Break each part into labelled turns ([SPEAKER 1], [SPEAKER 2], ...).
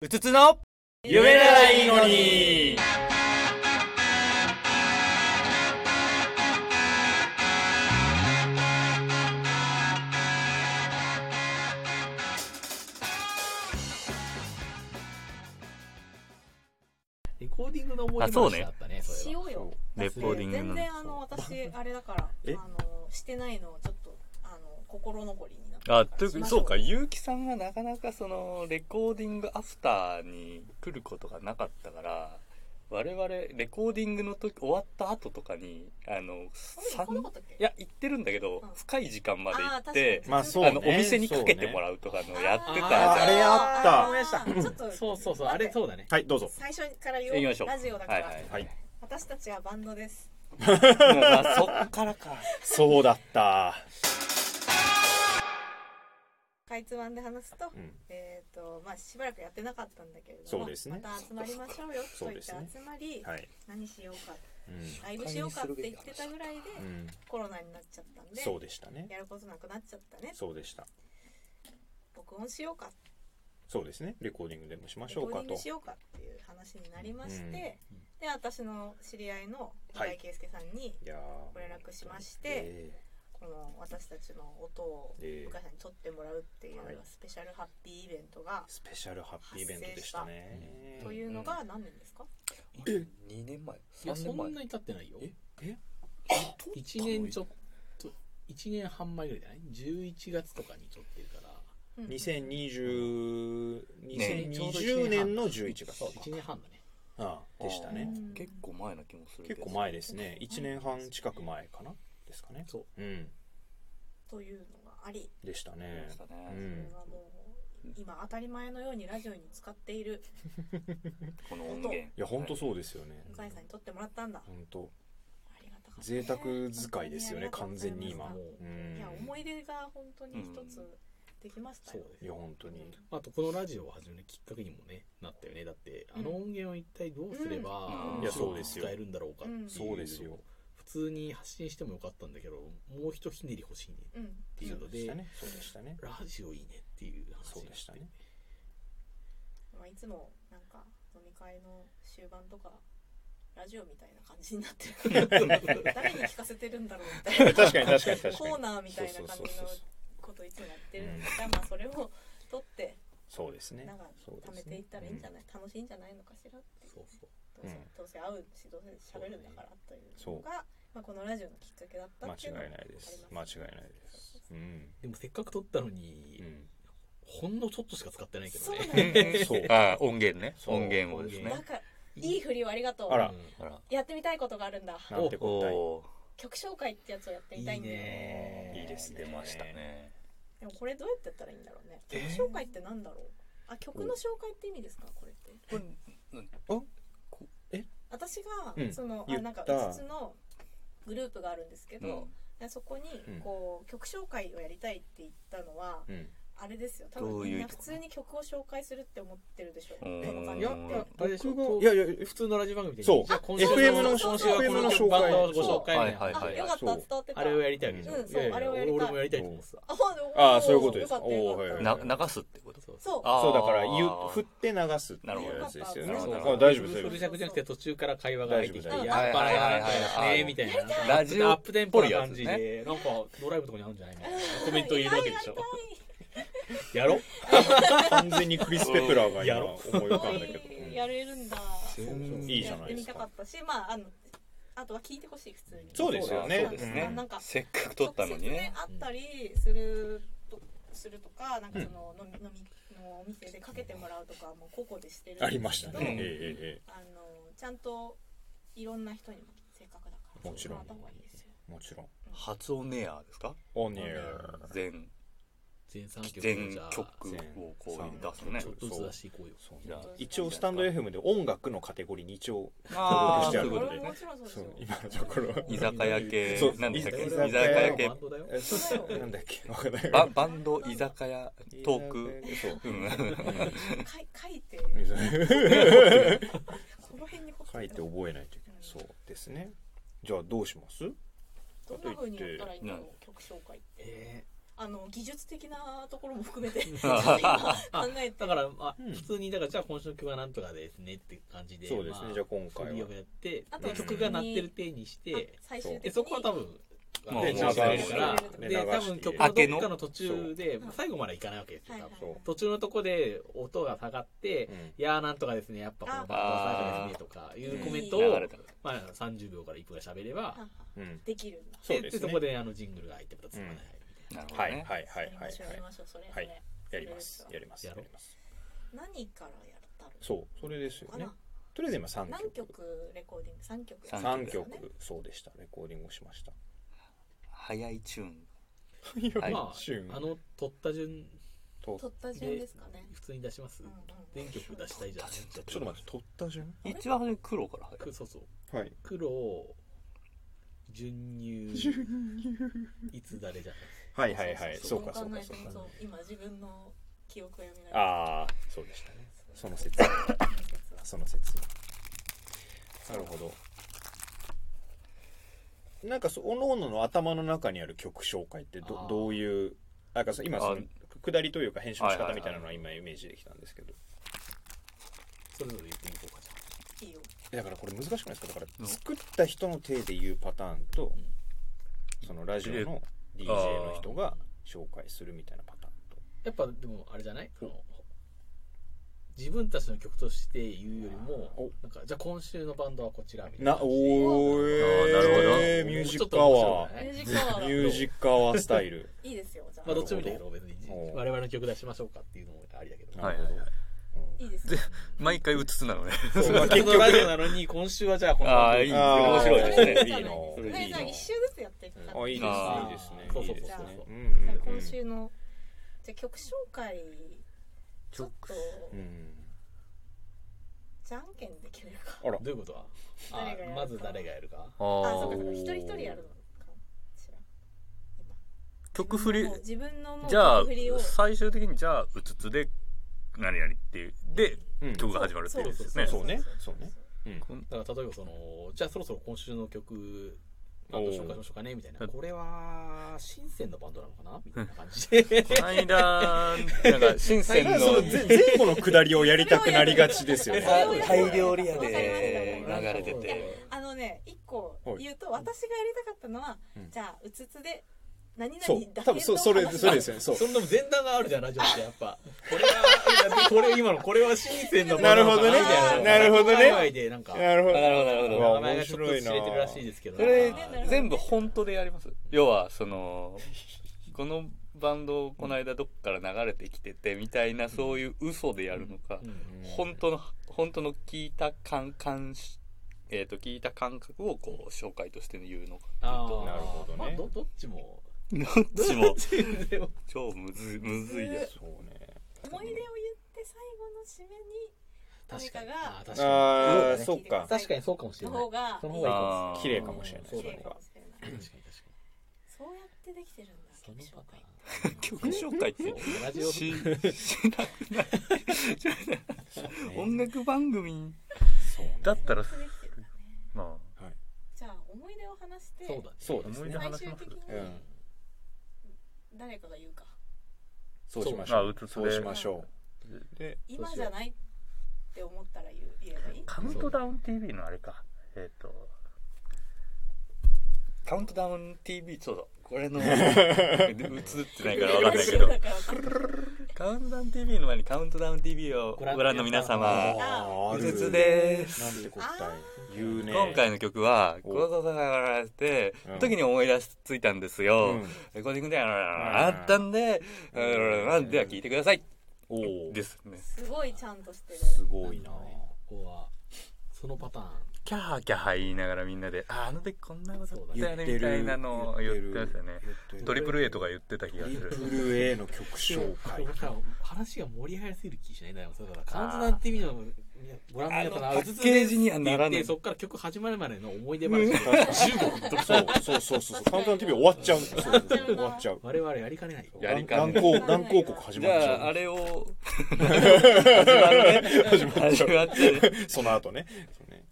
[SPEAKER 1] うつつの
[SPEAKER 2] 夢ならいいのにレコーディングの思い出話だったね、そ
[SPEAKER 3] し
[SPEAKER 2] れは。
[SPEAKER 3] ようよ。
[SPEAKER 1] レコーディングの
[SPEAKER 3] 全然あの私あれだから
[SPEAKER 1] え
[SPEAKER 3] あのしてないのをちょっとあの心残りになった
[SPEAKER 1] あ
[SPEAKER 3] から
[SPEAKER 1] という
[SPEAKER 3] し
[SPEAKER 1] か
[SPEAKER 3] ましょ
[SPEAKER 1] そうか結城さんがなかなかそのレコーディングアフターに来ることがなかったから我々レコーディングの時終わった後とかにあの
[SPEAKER 3] あれこんな
[SPEAKER 1] 3
[SPEAKER 3] ことだっけ
[SPEAKER 1] いや行ってるんだけど、
[SPEAKER 3] うん
[SPEAKER 1] 深い時間まで行
[SPEAKER 3] あ
[SPEAKER 1] っ
[SPEAKER 3] ー
[SPEAKER 1] てあ、
[SPEAKER 3] 確か
[SPEAKER 4] まあそうね
[SPEAKER 1] のお店にかけても
[SPEAKER 4] う、ね、
[SPEAKER 1] らうとかのやってたじ
[SPEAKER 2] あー
[SPEAKER 1] ゃ
[SPEAKER 4] あれあった
[SPEAKER 3] 思い出したちょっと
[SPEAKER 2] そうそうそう、あれそうだね。
[SPEAKER 4] はいどうぞ
[SPEAKER 3] 最初から
[SPEAKER 1] ん行き
[SPEAKER 3] 言お
[SPEAKER 1] ま
[SPEAKER 3] う
[SPEAKER 1] しょう
[SPEAKER 3] ラジオだから、
[SPEAKER 1] はいはい
[SPEAKER 4] はい
[SPEAKER 3] 私たちはバンドです
[SPEAKER 1] もうまあそっからか
[SPEAKER 4] そうだった
[SPEAKER 3] かいつまんで話すと、
[SPEAKER 4] うん
[SPEAKER 3] えっ、とまあしばらくやってなかったんだけれども
[SPEAKER 4] そうですね
[SPEAKER 3] また集まりましょうよと
[SPEAKER 4] そう
[SPEAKER 3] 言っ
[SPEAKER 4] で
[SPEAKER 3] て
[SPEAKER 4] すね
[SPEAKER 3] 集まり、
[SPEAKER 4] はい、
[SPEAKER 3] 何しようか
[SPEAKER 4] う
[SPEAKER 3] ライブしようかって言ってたぐらい
[SPEAKER 4] ん
[SPEAKER 3] で、
[SPEAKER 4] うん、
[SPEAKER 3] コロナになっちゃったんで
[SPEAKER 4] そうでしたね
[SPEAKER 3] やることなくなっちゃったね
[SPEAKER 4] そうでした
[SPEAKER 3] 録音しようか
[SPEAKER 4] そうですねレコーディングでもしま
[SPEAKER 3] レ
[SPEAKER 4] し
[SPEAKER 3] コ
[SPEAKER 4] ょ
[SPEAKER 3] ー
[SPEAKER 4] う
[SPEAKER 3] デ
[SPEAKER 4] か
[SPEAKER 3] ィン
[SPEAKER 4] と
[SPEAKER 3] グしようかっていう話になりまして、
[SPEAKER 4] うん
[SPEAKER 3] で私の知り合いの
[SPEAKER 4] はい
[SPEAKER 3] 岩井圭介さんに
[SPEAKER 4] いや
[SPEAKER 3] ご連絡しましてて、この私たちの音を
[SPEAKER 4] ええ
[SPEAKER 3] 向井さんに撮ってもらうっていう
[SPEAKER 4] はい
[SPEAKER 3] スペシャルハッピーイベントが、
[SPEAKER 4] スペシャルハッピーイベントでしたね
[SPEAKER 3] というのが何年ですか、
[SPEAKER 1] 2年前
[SPEAKER 2] いや、そ
[SPEAKER 1] 3年
[SPEAKER 2] んな
[SPEAKER 1] 前
[SPEAKER 2] に経ってないよ。
[SPEAKER 4] え
[SPEAKER 2] 1年ちょっと、1年半前ぐらいじゃない ?11 月とかに撮ってるから、
[SPEAKER 3] うん
[SPEAKER 4] 2020
[SPEAKER 2] 2020
[SPEAKER 4] 2020年の11月
[SPEAKER 2] 1年半だね。
[SPEAKER 4] ああでしたね
[SPEAKER 3] うん
[SPEAKER 1] 結構前な気もするけ
[SPEAKER 4] 結
[SPEAKER 1] ど
[SPEAKER 4] 構前ですね1年半近く前かなですかね、
[SPEAKER 2] そう
[SPEAKER 4] ん、
[SPEAKER 3] というのがあり
[SPEAKER 4] でしたね
[SPEAKER 1] でしたね
[SPEAKER 4] う
[SPEAKER 3] それ
[SPEAKER 4] ん
[SPEAKER 3] はもう今当たり前のようにラジオに使っている
[SPEAKER 1] この音源
[SPEAKER 4] いや本当そうですよね
[SPEAKER 3] 向井さんに撮ってもらったんだ、
[SPEAKER 4] 本当
[SPEAKER 3] ありがたかった
[SPEAKER 4] 贅
[SPEAKER 3] ね
[SPEAKER 4] 沢使いですよね
[SPEAKER 3] 本当
[SPEAKER 4] 完全に今
[SPEAKER 3] ありがとうございま
[SPEAKER 4] う
[SPEAKER 3] した
[SPEAKER 4] ん
[SPEAKER 3] いや思い出が本当に一つできましたよ、
[SPEAKER 2] そう
[SPEAKER 4] いや本当に
[SPEAKER 2] あとこのラジオを始めるきっかけにもねなったよねだってあの音源を一体どうすれば
[SPEAKER 1] うんうん
[SPEAKER 4] いやそうですよ
[SPEAKER 2] 使えるんだろうかっていう
[SPEAKER 3] うん
[SPEAKER 4] そうですよ
[SPEAKER 2] 普通に発信してもよかったんだけどもうひとひねり欲しいねっ
[SPEAKER 3] うん
[SPEAKER 2] ていうので
[SPEAKER 4] したねそうでしたね
[SPEAKER 2] ラジオいいねっていう話
[SPEAKER 4] そうでした ね
[SPEAKER 3] まあ、いつもなんか飲み会の終盤とかラジオみたいな感じになってる 誰に聞かせてるんだろうみたいな
[SPEAKER 4] 確かに確かに確かに
[SPEAKER 3] コーナーみたいな感じの
[SPEAKER 4] そうそうそうそう
[SPEAKER 3] こといつもやってるんでじゃあまあそれを取って
[SPEAKER 4] そうですね
[SPEAKER 3] なんか
[SPEAKER 4] そう
[SPEAKER 3] 貯
[SPEAKER 4] で
[SPEAKER 3] め
[SPEAKER 4] す
[SPEAKER 3] てい
[SPEAKER 4] ね
[SPEAKER 3] ったらいいんじゃない、楽しいんじゃないのかしらっていう
[SPEAKER 2] そうそう
[SPEAKER 3] どうせ,、
[SPEAKER 4] うん
[SPEAKER 3] どうせ会うしどうせ喋るんだからというのがまあ、このラジオのきっかけだった
[SPEAKER 4] 間
[SPEAKER 3] っていう
[SPEAKER 4] 違
[SPEAKER 3] のも
[SPEAKER 4] いないです
[SPEAKER 3] あ
[SPEAKER 4] 間違いないですうん
[SPEAKER 2] でもせっかく撮ったのに、
[SPEAKER 4] うん
[SPEAKER 2] ほんのちょっとしか使ってないけど
[SPEAKER 3] そうな
[SPEAKER 2] ね
[SPEAKER 3] んです
[SPEAKER 4] そう
[SPEAKER 1] あ音源ね
[SPEAKER 4] そう
[SPEAKER 1] 音源をです
[SPEAKER 3] だ
[SPEAKER 1] ね
[SPEAKER 3] からいい振りをありがとう
[SPEAKER 4] あら
[SPEAKER 1] あら
[SPEAKER 3] やってみたいことがあるんだ
[SPEAKER 4] なんて答
[SPEAKER 1] おー
[SPEAKER 3] 曲紹介ってやつをやってみた
[SPEAKER 2] い
[SPEAKER 3] い
[SPEAKER 2] い
[SPEAKER 3] んだよ
[SPEAKER 2] ね
[SPEAKER 4] いいですね
[SPEAKER 1] 出ましたね
[SPEAKER 3] でもこれどうやってやったらいいんだろうね曲紹介ってなんだろうあ曲の紹介って意味ですかこれって私が、
[SPEAKER 4] うん
[SPEAKER 3] そのあ
[SPEAKER 4] 言った
[SPEAKER 3] なんか5つのグループがあるんですけど、でそこに
[SPEAKER 4] うん
[SPEAKER 3] こう曲紹介をやりたいって言ったのは、
[SPEAKER 4] えうん
[SPEAKER 3] あれですよ多
[SPEAKER 1] ど
[SPEAKER 3] 分
[SPEAKER 1] う
[SPEAKER 3] み
[SPEAKER 1] い
[SPEAKER 3] ん
[SPEAKER 1] う
[SPEAKER 3] な
[SPEAKER 1] こと
[SPEAKER 3] 普通に曲を紹介するって思ってるでしょ
[SPEAKER 1] う
[SPEAKER 3] わ
[SPEAKER 1] ん
[SPEAKER 3] かんない
[SPEAKER 1] いや
[SPEAKER 3] で
[SPEAKER 2] あれでしょ
[SPEAKER 4] 僕がいやいや
[SPEAKER 2] 普通のラジオ番組で
[SPEAKER 4] そう
[SPEAKER 2] じゃあ今週
[SPEAKER 4] FM の
[SPEAKER 2] 今週はこ
[SPEAKER 4] FM の
[SPEAKER 2] の
[SPEAKER 4] 紹介
[SPEAKER 2] バンドのご紹介
[SPEAKER 1] はいはい
[SPEAKER 3] あ
[SPEAKER 1] はい
[SPEAKER 3] よかった
[SPEAKER 4] そう
[SPEAKER 3] 伝わってた
[SPEAKER 2] あれをやりたいわけでしょ、
[SPEAKER 3] うんそう
[SPEAKER 2] いやいや
[SPEAKER 3] あれをやりたい
[SPEAKER 2] 俺もやりたいと思ってた
[SPEAKER 3] あ
[SPEAKER 4] あーそういうことです
[SPEAKER 3] よかったよかっ
[SPEAKER 4] おー
[SPEAKER 3] た
[SPEAKER 4] はい
[SPEAKER 1] な流すってこと
[SPEAKER 2] そう
[SPEAKER 3] そう
[SPEAKER 1] あー
[SPEAKER 4] そうだから言う振って流すって
[SPEAKER 1] なるほ
[SPEAKER 4] い
[SPEAKER 1] ど
[SPEAKER 4] うやつですよね
[SPEAKER 1] なるほど
[SPEAKER 4] あ大丈夫
[SPEAKER 2] そ
[SPEAKER 4] 大丈
[SPEAKER 2] れじゃなくて途中から会話が入ってきて、
[SPEAKER 4] 大丈夫
[SPEAKER 2] やっぱり話ね、みたいな。
[SPEAKER 1] ラジオ
[SPEAKER 2] アップテンポな感じで、なんかドライブとかにあるんじゃないみたいなコメントを入れるわけでしょ。やろ
[SPEAKER 4] 夫完全にクリス・ペプラーが
[SPEAKER 2] や
[SPEAKER 4] 今
[SPEAKER 2] ろ
[SPEAKER 4] 思い浮かんだけど
[SPEAKER 3] おいやれるんだ
[SPEAKER 1] 全
[SPEAKER 4] いいじゃないですか
[SPEAKER 3] やってみたかったしまああのあとは聞いてほしい普通に
[SPEAKER 4] そうですよね
[SPEAKER 1] そうですね
[SPEAKER 3] うんなんか
[SPEAKER 1] せっかく撮ったのにね
[SPEAKER 3] 直接あったりするとするとかなんかその飲み飲みのお店でかけてもらうとかも個々でしてるんですけど
[SPEAKER 4] ありましたね
[SPEAKER 1] うん
[SPEAKER 4] えええええ
[SPEAKER 3] あのちゃんといろんな人にもせっかくだから
[SPEAKER 4] もちろん
[SPEAKER 3] あった方がいいですよ
[SPEAKER 4] えもちろん
[SPEAKER 1] 初オンエアですか
[SPEAKER 4] オンエ
[SPEAKER 1] 全
[SPEAKER 2] 全3曲
[SPEAKER 1] 全
[SPEAKER 2] じゃあ
[SPEAKER 1] 曲をこう出すね
[SPEAKER 2] ちょっとずつ出していこうよ。
[SPEAKER 4] そう
[SPEAKER 1] じゃあ
[SPEAKER 4] 一応スタンド FM で音楽のカテゴリーに一応
[SPEAKER 1] あ
[SPEAKER 4] ー
[SPEAKER 3] そ
[SPEAKER 4] そうういう
[SPEAKER 3] い
[SPEAKER 4] うことと
[SPEAKER 3] こで
[SPEAKER 4] で
[SPEAKER 3] ね
[SPEAKER 4] ね
[SPEAKER 3] そう
[SPEAKER 4] そう今のところ
[SPEAKER 1] 居酒屋系
[SPEAKER 4] そう
[SPEAKER 1] なんだっけ
[SPEAKER 4] 居
[SPEAKER 1] 居
[SPEAKER 4] 酒屋
[SPEAKER 1] 酒
[SPEAKER 4] 屋
[SPEAKER 1] 屋
[SPEAKER 4] 系
[SPEAKER 1] 系
[SPEAKER 2] バンドだよ。
[SPEAKER 4] えそうなんだっけわかんない
[SPEAKER 1] ババンド居酒屋トーク
[SPEAKER 4] そう
[SPEAKER 1] うん
[SPEAKER 3] かい書いてこの辺に彫って
[SPEAKER 4] 書いて覚えないといけないそうですねじゃあどうします
[SPEAKER 3] どんな風にやったらいいんだろう曲紹介って
[SPEAKER 2] え
[SPEAKER 3] あの技術的なところも含めてちょっと今考えて
[SPEAKER 2] だから、まあ、
[SPEAKER 4] うん
[SPEAKER 2] 普通に、だから、じゃあ今週の曲はなんとかですねって感じで。
[SPEAKER 4] そうですね、
[SPEAKER 2] まあ
[SPEAKER 4] じゃあ今
[SPEAKER 2] 振
[SPEAKER 4] 回
[SPEAKER 2] り
[SPEAKER 4] は
[SPEAKER 2] をやって、
[SPEAKER 3] あ
[SPEAKER 4] とは
[SPEAKER 2] で曲が鳴ってる体にして
[SPEAKER 3] あ、最終的
[SPEAKER 2] で
[SPEAKER 3] に
[SPEAKER 2] そこは多分、
[SPEAKER 1] もう
[SPEAKER 2] で流れるから
[SPEAKER 4] 流、
[SPEAKER 2] で、
[SPEAKER 4] して
[SPEAKER 2] 多分曲のどっかの途中で
[SPEAKER 3] そう、
[SPEAKER 2] 最後までいかないわけですよ、
[SPEAKER 3] はいは
[SPEAKER 2] 多
[SPEAKER 3] い
[SPEAKER 2] 分。
[SPEAKER 4] そう
[SPEAKER 2] 途中のとこで音が下がって、
[SPEAKER 4] うん
[SPEAKER 2] いやーなんとかですね、やっぱこのバットは最後ですねとかいうコメント
[SPEAKER 1] 流
[SPEAKER 2] を
[SPEAKER 1] れ、た
[SPEAKER 2] まあ30秒から1分が喋れば
[SPEAKER 3] は、は
[SPEAKER 4] うん
[SPEAKER 3] できるんだ
[SPEAKER 4] そうです
[SPEAKER 2] そ
[SPEAKER 4] ね
[SPEAKER 2] こであのジングルが入ってまたつまらない。
[SPEAKER 1] なるほど
[SPEAKER 4] はいはい
[SPEAKER 1] ね、
[SPEAKER 4] はい
[SPEAKER 3] や
[SPEAKER 4] はい
[SPEAKER 3] り
[SPEAKER 4] は
[SPEAKER 3] ま
[SPEAKER 4] い
[SPEAKER 3] しょうやりましょうそれそ
[SPEAKER 4] はい
[SPEAKER 3] れ
[SPEAKER 4] やりますやります
[SPEAKER 2] や
[SPEAKER 4] や
[SPEAKER 2] ろう
[SPEAKER 4] ります
[SPEAKER 3] 何からやったら
[SPEAKER 4] そうそれですよ
[SPEAKER 3] か
[SPEAKER 4] ね
[SPEAKER 3] な
[SPEAKER 4] とりあえず今3
[SPEAKER 3] 何
[SPEAKER 4] 曲
[SPEAKER 3] 曲レコーディング三曲
[SPEAKER 1] 三
[SPEAKER 4] 3
[SPEAKER 3] ですよね
[SPEAKER 4] 曲そうでしたレコーディングをしました
[SPEAKER 1] 早いチューンはい
[SPEAKER 2] ま
[SPEAKER 4] 旬
[SPEAKER 2] あ、あの、取った順、
[SPEAKER 4] と
[SPEAKER 3] 取った順ですかね
[SPEAKER 2] 普通に出します
[SPEAKER 3] うんうん
[SPEAKER 2] 全曲出したいじゃない
[SPEAKER 1] ちょっ
[SPEAKER 4] ちょっと待って取った順
[SPEAKER 1] 一番初め黒から入
[SPEAKER 2] く
[SPEAKER 1] る
[SPEAKER 2] そうそう。
[SPEAKER 4] はい
[SPEAKER 2] 黒、順入、いつ誰じゃない
[SPEAKER 4] はいはいはいそうか
[SPEAKER 3] そ
[SPEAKER 4] そうう
[SPEAKER 3] 考
[SPEAKER 4] か
[SPEAKER 3] え
[SPEAKER 4] そ
[SPEAKER 3] て
[SPEAKER 4] う
[SPEAKER 3] も
[SPEAKER 4] か
[SPEAKER 3] そう今自分の記憶を読みながら
[SPEAKER 4] ああそうでしたねその 説
[SPEAKER 3] 解説は
[SPEAKER 4] その説なるほどなんかそおのおのの頭の中にある曲紹介って
[SPEAKER 2] あ
[SPEAKER 4] ど
[SPEAKER 2] ー
[SPEAKER 4] どういうなんかそ今その
[SPEAKER 1] あ
[SPEAKER 4] 下りというか編集の仕
[SPEAKER 1] は
[SPEAKER 4] 方
[SPEAKER 1] いはいはい
[SPEAKER 4] みたいなのは今イメージできたんですけど
[SPEAKER 2] それぞれ言ってみこうかじゃあ
[SPEAKER 3] いいよ
[SPEAKER 4] えだからこれ難しくないですかだか
[SPEAKER 1] うん
[SPEAKER 4] ら作った人の手で言うパターンと
[SPEAKER 2] ん
[SPEAKER 4] そのラジオの DJ の人が紹介するみたいなパターンと
[SPEAKER 2] やっぱでもあれじゃないその自分たちの曲として言うよりも
[SPEAKER 4] お
[SPEAKER 2] なんかじゃあ今週のバンドはこちらみたいな
[SPEAKER 4] なおー
[SPEAKER 1] あーな
[SPEAKER 4] えー
[SPEAKER 1] るほど
[SPEAKER 4] ミュージックアワー
[SPEAKER 3] ミュージックアワー
[SPEAKER 4] ミュージックアワースタイル
[SPEAKER 3] いいですよじゃ
[SPEAKER 2] まあどっ
[SPEAKER 3] あ
[SPEAKER 2] ちもだけど別に
[SPEAKER 4] おー
[SPEAKER 2] 我々の曲出しましょうかっていうのもありだけど
[SPEAKER 1] はいはいはい
[SPEAKER 3] いいですよ
[SPEAKER 1] 毎回うつつなのね
[SPEAKER 4] そうまあ
[SPEAKER 2] 結局ラジオなのに今週はじゃあこの
[SPEAKER 1] あ
[SPEAKER 2] バン
[SPEAKER 1] あ
[SPEAKER 2] ド
[SPEAKER 1] いいですね
[SPEAKER 4] あー
[SPEAKER 1] 面白いですね
[SPEAKER 4] い いの
[SPEAKER 3] それじゃあ一周ずつやっていく
[SPEAKER 4] あいいです
[SPEAKER 1] あ
[SPEAKER 4] ね
[SPEAKER 1] ー
[SPEAKER 4] いいですね
[SPEAKER 2] そう
[SPEAKER 4] い
[SPEAKER 2] そうそう
[SPEAKER 4] いですね
[SPEAKER 2] そううん
[SPEAKER 4] うんうん
[SPEAKER 3] 今週のじゃあ曲紹介ちょっと
[SPEAKER 4] うん
[SPEAKER 3] じゃんけんできるか
[SPEAKER 4] あら
[SPEAKER 2] どういうことはあ
[SPEAKER 3] 誰がやるか
[SPEAKER 2] まず誰がやるか
[SPEAKER 1] あ
[SPEAKER 3] あ
[SPEAKER 1] ー
[SPEAKER 3] そうかそうか一人一人やるのかしら今
[SPEAKER 1] 曲振り
[SPEAKER 3] もう自分のもう
[SPEAKER 1] じゃあ
[SPEAKER 3] 曲振りを
[SPEAKER 1] 最終的にじゃあうつつで何々っていうで
[SPEAKER 4] うん
[SPEAKER 1] 曲が始まるっていうことですね
[SPEAKER 4] そうねそうねうん
[SPEAKER 2] だから例えばそのじゃあそろそろ今週の曲バンド紹介しましょうかねみたいな
[SPEAKER 1] おー
[SPEAKER 2] これは深センのバンドなのかなみたいな感じで
[SPEAKER 1] この間なんか深センの
[SPEAKER 4] なんかその前前後の下りをやりたくなりがちですよね
[SPEAKER 3] それをやる
[SPEAKER 1] 大量リア
[SPEAKER 3] わかり
[SPEAKER 1] で
[SPEAKER 3] ま
[SPEAKER 1] 流
[SPEAKER 3] した
[SPEAKER 1] れてて
[SPEAKER 3] あのね一個言うと
[SPEAKER 4] はい
[SPEAKER 3] 私がやりたかったのは、
[SPEAKER 4] うん
[SPEAKER 3] じゃあうつつで何々
[SPEAKER 4] そ
[SPEAKER 3] だけ
[SPEAKER 4] う
[SPEAKER 3] の話
[SPEAKER 4] 多分そうそれそれですよねそう
[SPEAKER 2] そんなも前段があるじゃんラジオってやっぱ これはだってこれ今のこれは深センのバンドなのかみたい
[SPEAKER 4] なるほどね
[SPEAKER 2] 界隈でなんか
[SPEAKER 4] なるほど
[SPEAKER 1] なるほどなるほど
[SPEAKER 4] うわ
[SPEAKER 2] 名前がちょっと知れてるらしいですけど
[SPEAKER 1] それ
[SPEAKER 2] なんか
[SPEAKER 1] 全部本当でやります要はそのこのバンドこの間どっから流れてきててみたいなそういう嘘でやるのか
[SPEAKER 2] うん
[SPEAKER 1] 本当の本当の聞いた感感しえー、と聞いた感覚をこう紹介として言うのか
[SPEAKER 2] あー
[SPEAKER 4] なるほどね
[SPEAKER 2] まあどどっちも
[SPEAKER 1] どっち も
[SPEAKER 2] でも
[SPEAKER 1] 超むずいむずいやつ
[SPEAKER 4] そうね
[SPEAKER 3] 思い出を言って最後の締めに
[SPEAKER 2] 確かに
[SPEAKER 3] あ
[SPEAKER 2] あー確か
[SPEAKER 4] あ
[SPEAKER 2] ー
[SPEAKER 4] あそっか
[SPEAKER 2] に確かにそうかもしれ
[SPEAKER 3] の
[SPEAKER 2] ない
[SPEAKER 3] 方が
[SPEAKER 2] その方がいいかも
[SPEAKER 1] あー
[SPEAKER 4] 綺麗かもしれない
[SPEAKER 3] そう
[SPEAKER 2] だ
[SPEAKER 3] だ
[SPEAKER 2] ね
[SPEAKER 3] ね
[SPEAKER 2] 確かに確かに
[SPEAKER 3] そうやってできてるんだ
[SPEAKER 2] そのパ
[SPEAKER 3] 曲
[SPEAKER 2] ターン
[SPEAKER 3] 紹介
[SPEAKER 1] 曲紹介って
[SPEAKER 2] そうラジオ
[SPEAKER 1] ししなくない 音楽番組
[SPEAKER 4] そうね
[SPEAKER 1] だったら
[SPEAKER 3] そうやってできてるんだね
[SPEAKER 1] ま
[SPEAKER 3] じゃあ思い出を話して
[SPEAKER 2] そうだね
[SPEAKER 4] そうです
[SPEAKER 1] 思い
[SPEAKER 4] ね
[SPEAKER 1] 出
[SPEAKER 3] 最
[SPEAKER 1] 話し
[SPEAKER 3] 終
[SPEAKER 1] ます
[SPEAKER 3] 的に
[SPEAKER 4] うん
[SPEAKER 3] 誰かが言うか、
[SPEAKER 4] そうしましょ
[SPEAKER 1] そう
[SPEAKER 4] う
[SPEAKER 1] あ
[SPEAKER 4] そうしましょうで
[SPEAKER 3] 今じゃないって思ったら言う言えばいい
[SPEAKER 1] カウントダウン TV のあれかえっ、とカウントダウン TV そうだこれ の映ってないから分かんないけど
[SPEAKER 3] だから分かんない
[SPEAKER 1] カウントダウン TV の前にカウントダウン TV をご覧の皆様
[SPEAKER 4] あーあ
[SPEAKER 1] う
[SPEAKER 4] る
[SPEAKER 1] つつです
[SPEAKER 4] なんて答え言うね
[SPEAKER 1] 今回の曲は、
[SPEAKER 4] お
[SPEAKER 1] ゴワゴワゴワゴワって、
[SPEAKER 4] うん
[SPEAKER 1] 時に思い出しついたんですよ。
[SPEAKER 4] うん
[SPEAKER 1] レコーディングで、あらららあったんで、あらららでは聴いてください。
[SPEAKER 4] おお
[SPEAKER 1] ですね。
[SPEAKER 3] すごいちゃんとしてる
[SPEAKER 4] すごいな
[SPEAKER 2] ここはそのパターン
[SPEAKER 1] キャーキャー言いながらみんなで、ああの時こんなことだったよね、
[SPEAKER 4] 言
[SPEAKER 1] み
[SPEAKER 4] って
[SPEAKER 1] た
[SPEAKER 4] る
[SPEAKER 1] いなのを言ってましたよね。
[SPEAKER 4] 言ってる
[SPEAKER 1] トリプル A とか言ってた気がす
[SPEAKER 4] トリ
[SPEAKER 1] る。
[SPEAKER 4] プル A の曲紹介
[SPEAKER 2] なんか話が盛り上がりすぎる気しないだよそうだからカウントダウン TV のご覧の皆様
[SPEAKER 1] あのパッケージにはならない
[SPEAKER 2] って言ってそっから曲始まるまでの思い出話15分とか
[SPEAKER 4] そうそうそうそうカウントダウン TV 終わっちゃうそうそう終わっちゃう
[SPEAKER 2] 我々やりかねない
[SPEAKER 1] やりかね
[SPEAKER 4] 南
[SPEAKER 1] ない
[SPEAKER 4] 高南高国始ま
[SPEAKER 1] じ
[SPEAKER 4] っち
[SPEAKER 1] ゃあ、
[SPEAKER 4] ゃ
[SPEAKER 1] あ
[SPEAKER 4] う
[SPEAKER 1] れを、
[SPEAKER 4] 始まっ
[SPEAKER 1] 始
[SPEAKER 4] ちゃ
[SPEAKER 1] まって、
[SPEAKER 4] うその後ねそうね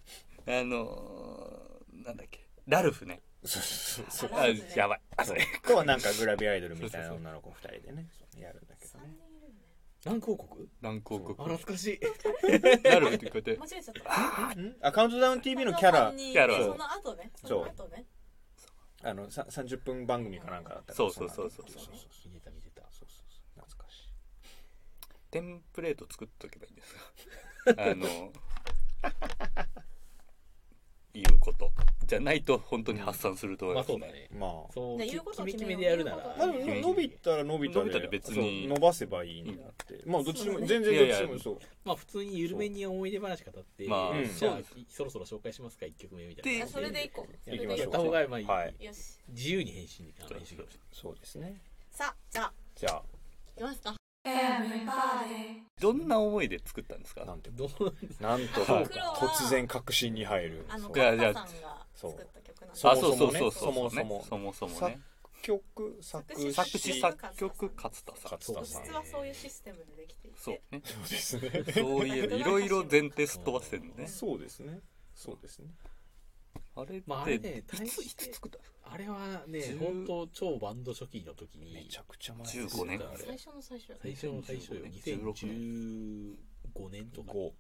[SPEAKER 1] あのー、なんだっけ、ラルフね。
[SPEAKER 4] そうそうそう
[SPEAKER 1] あやばいあそれ
[SPEAKER 4] となんかグラビアアイドルみたいな女の子2人でねそうやるんだけど
[SPEAKER 3] 三
[SPEAKER 4] ね
[SPEAKER 3] 人いるよね
[SPEAKER 2] 南広国
[SPEAKER 1] 乱広
[SPEAKER 2] あ
[SPEAKER 1] 告
[SPEAKER 2] 懐かしい
[SPEAKER 1] なるってこうや
[SPEAKER 3] 間
[SPEAKER 1] って
[SPEAKER 3] 違えちゃった
[SPEAKER 4] んあカウントダウン TV のキャラ
[SPEAKER 3] キ
[SPEAKER 1] キャラ
[SPEAKER 3] その後ねその後ね
[SPEAKER 4] あのさ30分番組かなんかだった
[SPEAKER 1] そうそうそうそう
[SPEAKER 4] そうそうそう
[SPEAKER 2] 見てた見てた
[SPEAKER 4] そうそう懐かしい
[SPEAKER 1] テンプレート作っとけばいいんですかあのいうことじゃないと本当に発散すると思い
[SPEAKER 2] まあ
[SPEAKER 1] ます、
[SPEAKER 2] そうだね
[SPEAKER 4] まあ
[SPEAKER 2] そう
[SPEAKER 3] ね
[SPEAKER 2] き
[SPEAKER 3] 言うこと
[SPEAKER 2] キ
[SPEAKER 3] を
[SPEAKER 2] メ
[SPEAKER 3] 決
[SPEAKER 2] キ
[SPEAKER 3] め
[SPEAKER 2] メ
[SPEAKER 3] よう
[SPEAKER 2] でやるなら
[SPEAKER 3] 言う
[SPEAKER 4] まあ
[SPEAKER 3] こと
[SPEAKER 4] で
[SPEAKER 3] を
[SPEAKER 4] も伸びたら伸びた
[SPEAKER 1] 伸びたら別に
[SPEAKER 4] そう伸ばせばいいんだってまあどっちでも全然どっちでもそう
[SPEAKER 2] まあ普通に緩めに思い出話語って
[SPEAKER 1] ま
[SPEAKER 4] あうん
[SPEAKER 2] じゃ
[SPEAKER 1] そう
[SPEAKER 2] あ
[SPEAKER 1] で
[SPEAKER 2] そろそろ紹介しますか1曲目みたい
[SPEAKER 1] で
[SPEAKER 2] な
[SPEAKER 3] あそれでいこう
[SPEAKER 4] 行きまし
[SPEAKER 2] や
[SPEAKER 4] ょ
[SPEAKER 2] っ
[SPEAKER 4] う
[SPEAKER 2] た方がまあいい
[SPEAKER 4] はい
[SPEAKER 3] よし
[SPEAKER 2] 自由に編集にあの編集業
[SPEAKER 4] そうですね
[SPEAKER 3] さあじゃあ
[SPEAKER 4] じゃ
[SPEAKER 3] 行きますか
[SPEAKER 1] どんな思いで作ったんです
[SPEAKER 4] あな
[SPEAKER 1] か
[SPEAKER 4] んて
[SPEAKER 2] どう
[SPEAKER 4] なんと
[SPEAKER 1] はい
[SPEAKER 4] 突然確信に入る
[SPEAKER 3] あの
[SPEAKER 4] そう
[SPEAKER 1] じゃあじゃあ
[SPEAKER 3] カッパさんが作った曲なんで
[SPEAKER 4] そう
[SPEAKER 1] あそうそう
[SPEAKER 4] ね
[SPEAKER 1] そうそ
[SPEAKER 4] そ
[SPEAKER 1] う
[SPEAKER 4] もそ
[SPEAKER 1] そもそもね
[SPEAKER 4] 曲作詞
[SPEAKER 1] 作詞作曲勝田さん
[SPEAKER 4] 勝田さん
[SPEAKER 3] 実はそういうシステムでできていて
[SPEAKER 1] そうね
[SPEAKER 4] そうですね
[SPEAKER 1] そういえばいろいろ前提すっ飛ばしてるのね
[SPEAKER 4] そうですねそうですね
[SPEAKER 1] あれって、
[SPEAKER 2] まああれね
[SPEAKER 1] い
[SPEAKER 2] 大
[SPEAKER 1] つ
[SPEAKER 2] して
[SPEAKER 1] いつ作ったんですか
[SPEAKER 2] あれはね
[SPEAKER 1] 10
[SPEAKER 2] 本当超バンド初期の時
[SPEAKER 4] め
[SPEAKER 2] に
[SPEAKER 4] ちゃくちゃ前
[SPEAKER 1] 15年
[SPEAKER 2] あれ
[SPEAKER 3] 最初の最初だね
[SPEAKER 2] 最初の最初よ
[SPEAKER 1] 2015
[SPEAKER 2] 2015年とか
[SPEAKER 4] 5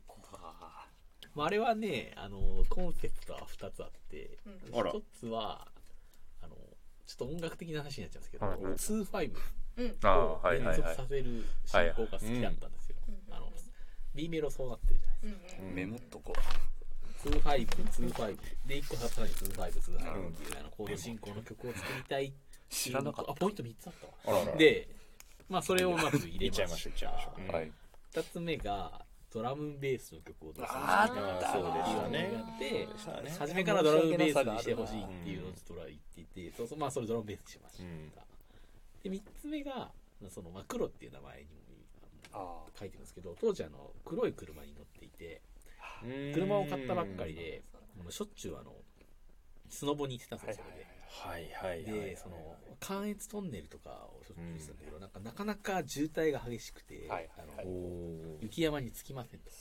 [SPEAKER 2] まあ、あれはねあのコンセプトは2つあって
[SPEAKER 3] うん
[SPEAKER 4] あら
[SPEAKER 2] 1つはあのちょっと音楽的な話になっちゃうんですけど、
[SPEAKER 1] はい
[SPEAKER 2] ツーファイブ
[SPEAKER 3] うん
[SPEAKER 2] を連続させる進行が好きだったんですよ、
[SPEAKER 3] うん
[SPEAKER 2] あの B メロそうなってるじゃない
[SPEAKER 3] うんうん
[SPEAKER 1] メモっとこ
[SPEAKER 2] ツーファイブツーファイブで1個さらにツーファイブツーファイブっていうあのコード進行の曲を作りたいって
[SPEAKER 1] う
[SPEAKER 2] い
[SPEAKER 1] 知
[SPEAKER 2] う
[SPEAKER 1] らなかっ
[SPEAKER 2] あポイント3つあったわ
[SPEAKER 4] あらら
[SPEAKER 2] でまあそれをまず入
[SPEAKER 4] い
[SPEAKER 2] れ
[SPEAKER 4] っちゃいましょういっちゃいましょう
[SPEAKER 1] たはい
[SPEAKER 2] 2つ目がドラムベースの曲を出す
[SPEAKER 1] あ
[SPEAKER 3] ーあった
[SPEAKER 4] そうでしたね
[SPEAKER 2] で
[SPEAKER 4] そうでしたね
[SPEAKER 2] 初めからドラムベースにしてほしいっていうのをちょっと俺は言っていて、そうそうまあそれドラムベースにしました、
[SPEAKER 4] うん
[SPEAKER 2] で3つ目がその、まあ、黒っていう名前にもあの
[SPEAKER 1] あ
[SPEAKER 2] 書いてるんですけど当時あの黒い車に乗っていて
[SPEAKER 4] うん
[SPEAKER 2] 車を買ったばっかりで
[SPEAKER 3] そう
[SPEAKER 2] もうしょっちゅうあのスノボに行ってたんですよそれで、
[SPEAKER 4] はいはいはいはい
[SPEAKER 2] でその関越トンネルとかをしょっちゅうしてたんだけど、なんかなかなか渋滞が激しくて、
[SPEAKER 1] はいはいはい
[SPEAKER 2] あ
[SPEAKER 4] お
[SPEAKER 2] の
[SPEAKER 4] お
[SPEAKER 2] 雪山に着きませんと。って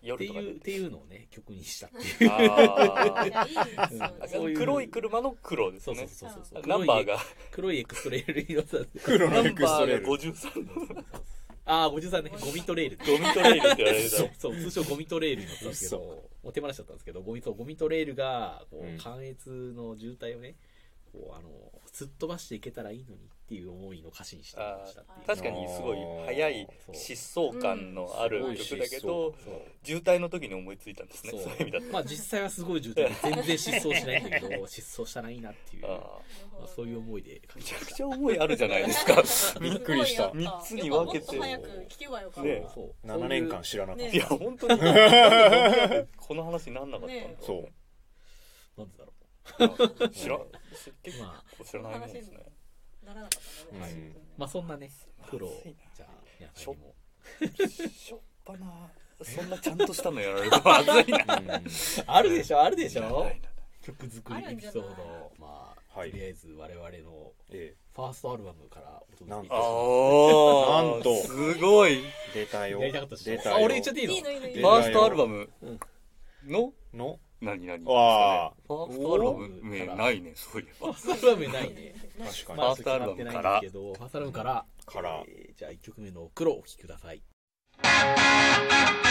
[SPEAKER 1] 夜とか
[SPEAKER 2] いう
[SPEAKER 1] 出
[SPEAKER 2] って
[SPEAKER 1] て
[SPEAKER 2] いうのをね曲にしたっていう
[SPEAKER 1] あ
[SPEAKER 3] い
[SPEAKER 1] ー
[SPEAKER 3] や いいですよ
[SPEAKER 2] うん
[SPEAKER 3] ね
[SPEAKER 2] そういう
[SPEAKER 1] 黒い車の黒です
[SPEAKER 2] そう
[SPEAKER 1] ね
[SPEAKER 2] そうそうそうそう
[SPEAKER 1] ナンバーが
[SPEAKER 2] 黒いエクストレイルに乗ってたんです
[SPEAKER 4] 黒
[SPEAKER 1] ナ
[SPEAKER 4] の
[SPEAKER 1] ン
[SPEAKER 4] エクス
[SPEAKER 1] バ
[SPEAKER 4] ト
[SPEAKER 1] ー
[SPEAKER 4] レ
[SPEAKER 1] が
[SPEAKER 4] ル
[SPEAKER 1] 53の
[SPEAKER 2] ああ53ねゴミトレイル
[SPEAKER 1] ゴミトレイルって言われてた
[SPEAKER 2] そうそう通称ゴミトレイルに乗ってたんですけど
[SPEAKER 4] 嘘
[SPEAKER 2] もう手放しちゃったんですけどゴミとゴミトレイルがこ
[SPEAKER 4] うん
[SPEAKER 2] う関越の渋滞をねこうあのすっ飛ばしていけたらいいのにっていう思いの歌詞にしてみましたっていう
[SPEAKER 1] 確かにすごい速い疾走感のある曲だけど渋滞の時に思いついたんですね
[SPEAKER 2] そう
[SPEAKER 1] そういう意味だと
[SPEAKER 2] まあ実際はすごい渋滞で全然疾走しないんだけど 疾走したらいいなっていう
[SPEAKER 1] あー
[SPEAKER 3] なるほど
[SPEAKER 2] まあ
[SPEAKER 3] ね
[SPEAKER 2] そういう思いで書き
[SPEAKER 1] め
[SPEAKER 2] ま
[SPEAKER 1] ちゃく
[SPEAKER 2] し
[SPEAKER 1] ちゃ思いあるじ ゃないですか
[SPEAKER 4] びっくりした
[SPEAKER 3] すごいやっ
[SPEAKER 1] 三つに分けて
[SPEAKER 3] もっと早く聞けばよか
[SPEAKER 2] た
[SPEAKER 3] った。
[SPEAKER 1] ね
[SPEAKER 2] そう
[SPEAKER 4] 7年間知らなかっ
[SPEAKER 1] い
[SPEAKER 3] ね
[SPEAKER 1] や本 当にこの話なんなかったんだろ
[SPEAKER 3] ね
[SPEAKER 4] たそう
[SPEAKER 2] なんでだろう
[SPEAKER 1] あ知ら結
[SPEAKER 2] ま
[SPEAKER 1] 構知らないもんですね
[SPEAKER 3] ならなかったね。
[SPEAKER 4] はい
[SPEAKER 2] まあそんなね苦労を
[SPEAKER 1] まずいな
[SPEAKER 2] じゃあ皆さんにも
[SPEAKER 1] しょっぱなそんなちゃんとしたのやられてまずいな
[SPEAKER 2] あるでしょあるでし
[SPEAKER 1] いら
[SPEAKER 2] ょ
[SPEAKER 1] ないな
[SPEAKER 2] 曲作りエピソードまあ、
[SPEAKER 4] はい
[SPEAKER 2] とりあえず我々の
[SPEAKER 4] え
[SPEAKER 2] ファーストアルバムからお届けいたしま
[SPEAKER 1] あー
[SPEAKER 4] なんと
[SPEAKER 1] すごい
[SPEAKER 4] え出た
[SPEAKER 2] す
[SPEAKER 4] よ
[SPEAKER 2] やりたかったっしょ
[SPEAKER 4] 出たよ
[SPEAKER 2] あ俺言っちゃっていいの
[SPEAKER 3] いいのいいのいい
[SPEAKER 1] フ
[SPEAKER 3] の。
[SPEAKER 1] ァーストアルバムの
[SPEAKER 4] の
[SPEAKER 1] 何何
[SPEAKER 4] わあ
[SPEAKER 1] ファーストアルバム名ないねそういえば
[SPEAKER 2] ファーストアルバムないね
[SPEAKER 4] 確かに、
[SPEAKER 1] ファーストアルバムから
[SPEAKER 2] まあちょっと決まってないんですけどファーストアルバムから
[SPEAKER 4] から
[SPEAKER 2] えーじゃあ1曲目の「黒」をお聴きください
[SPEAKER 5] 「